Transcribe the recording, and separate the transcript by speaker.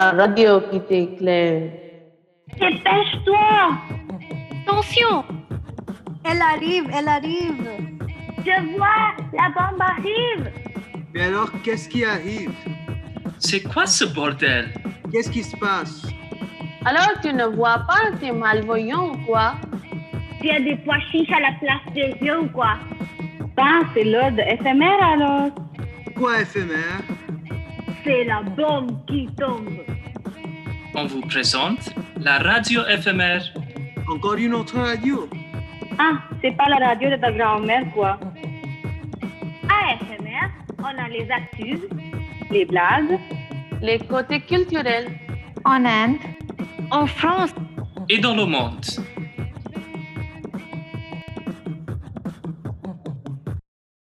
Speaker 1: La radio qui t'éclaire.
Speaker 2: Dépêche-toi
Speaker 3: Attention
Speaker 2: Elle arrive, elle arrive Je vois, la bombe arrive
Speaker 4: Mais alors, qu'est-ce qui arrive
Speaker 5: C'est quoi ce bordel
Speaker 4: Qu'est-ce qui se passe
Speaker 1: Alors tu ne vois pas, t'es malvoyant ou quoi
Speaker 2: Tu as des pois chiches à la place des yeux ou quoi Ben, c'est l'ordre éphémère alors
Speaker 4: Quoi éphémère
Speaker 2: C'est la bombe qui tombe
Speaker 5: On vous présente la radio éphémère.
Speaker 4: Encore une autre radio
Speaker 2: Ah, c'est pas la radio de ta grand-mère quoi À éphémère, on a les actus, les blagues,
Speaker 1: Les côtés culturels.
Speaker 6: En Inde,
Speaker 3: En France,
Speaker 5: Et dans le monde